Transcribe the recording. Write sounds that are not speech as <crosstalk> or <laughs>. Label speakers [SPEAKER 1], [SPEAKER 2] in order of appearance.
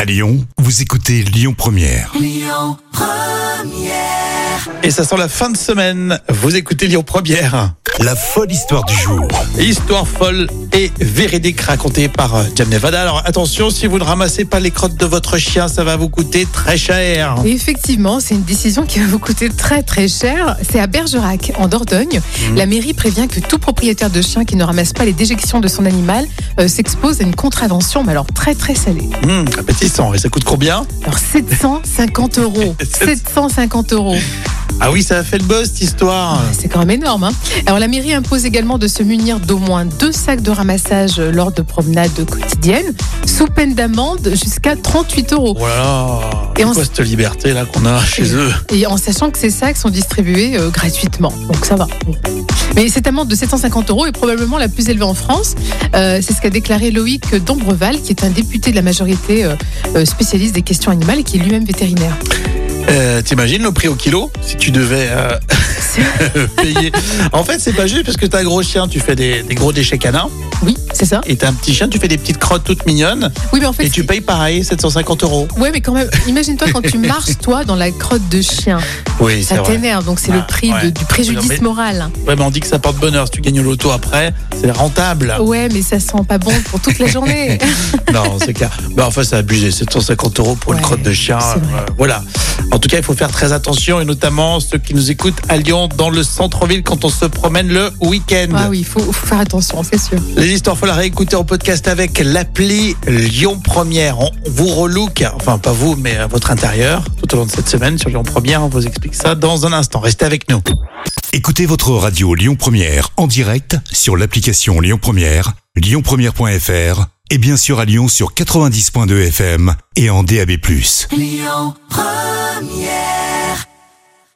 [SPEAKER 1] À Lyon, vous écoutez Lyon Première.
[SPEAKER 2] Et ça sent la fin de semaine. Vous écoutez Lyon Première.
[SPEAKER 1] La folle histoire du jour.
[SPEAKER 2] Histoire folle et véridique racontée par euh, Jam Nevada. Alors attention, si vous ne ramassez pas les crottes de votre chien, ça va vous coûter très cher.
[SPEAKER 3] Et effectivement, c'est une décision qui va vous coûter très très cher. C'est à Bergerac, en Dordogne. La mairie prévient que tout propriétaire de chien qui ne ramasse pas les déjections de son animal euh, s'expose à une contravention, mais alors très très salée.
[SPEAKER 2] Hum, appétissant. Et ça coûte combien
[SPEAKER 3] Alors 750 euros. 750 euros. Oh,
[SPEAKER 2] Ah oui, ça a fait le buzz cette histoire.
[SPEAKER 3] C'est quand même énorme. hein. Alors la mairie impose également de se munir d'au moins deux sacs de ramassage euh, lors de promenades quotidiennes, sous peine d'amende jusqu'à 38 euros.
[SPEAKER 2] Oh là là.
[SPEAKER 3] Et
[SPEAKER 2] C'est
[SPEAKER 3] on
[SPEAKER 2] quoi
[SPEAKER 3] s-
[SPEAKER 2] cette liberté là qu'on a chez eux
[SPEAKER 3] Et en sachant que ces sacs sont distribués euh, gratuitement. Donc ça va. Bon. Mais cette amende de 750 euros est probablement la plus élevée en France. Euh, c'est ce qu'a déclaré Loïc Dombreval, qui est un député de la majorité euh, euh, spécialiste des questions animales et qui est lui-même vétérinaire.
[SPEAKER 2] Euh, T'imagines le prix au kilo si tu devais euh, <laughs> payer En fait, c'est pas juste parce que t'as un gros chien, tu fais des, des gros déchets canins,
[SPEAKER 3] Oui, c'est ça.
[SPEAKER 2] et t'as un petit chien, tu fais des petites crottes toutes mignonnes,
[SPEAKER 3] Oui, mais en fait.
[SPEAKER 2] et tu
[SPEAKER 3] c'est-
[SPEAKER 2] payes pareil 750 euros.
[SPEAKER 3] Ouais, mais quand même, imagine-toi
[SPEAKER 2] <laughs>
[SPEAKER 3] quand tu marches, toi, dans la crotte de chien.
[SPEAKER 2] Oui,
[SPEAKER 3] Ça t'énerve, donc c'est
[SPEAKER 2] Ah,
[SPEAKER 3] le prix de-
[SPEAKER 2] ouais.
[SPEAKER 3] du préjudice
[SPEAKER 2] Mais-
[SPEAKER 3] moral.
[SPEAKER 2] Ouais, mais on dit que ça porte bonheur. Si tu gagnes au loto après, c'est rentable.
[SPEAKER 3] Ouais, mais ça sent pas bon pour toute la journée.
[SPEAKER 2] <laughs> non, c'est clair. Bah, enfin, c'est abusé. 750 euros pour une
[SPEAKER 3] Ouais,
[SPEAKER 2] crotte de chien.
[SPEAKER 3] c'est vrai.
[SPEAKER 2] euh, voilà. En tout cas, il faut faire très attention, et notamment ceux qui nous écoutent à Lyon, dans le centre-ville, quand on se promène le week-end.
[SPEAKER 3] ah oui, il faut, faut faire attention, c'est sûr.
[SPEAKER 2] Les histoires faut la réécouter en podcast avec l'appli Lyon Première. On vous relook, enfin pas vous, mais à votre intérieur tout au long de cette semaine sur Lyon Première. On vous explique ça dans un instant. Restez avec nous.
[SPEAKER 1] Écoutez votre radio Lyon Première en direct sur l'application Lyon Première, lyonpremière.fr et bien sûr à Lyon sur 90.2 FM et en DAB+.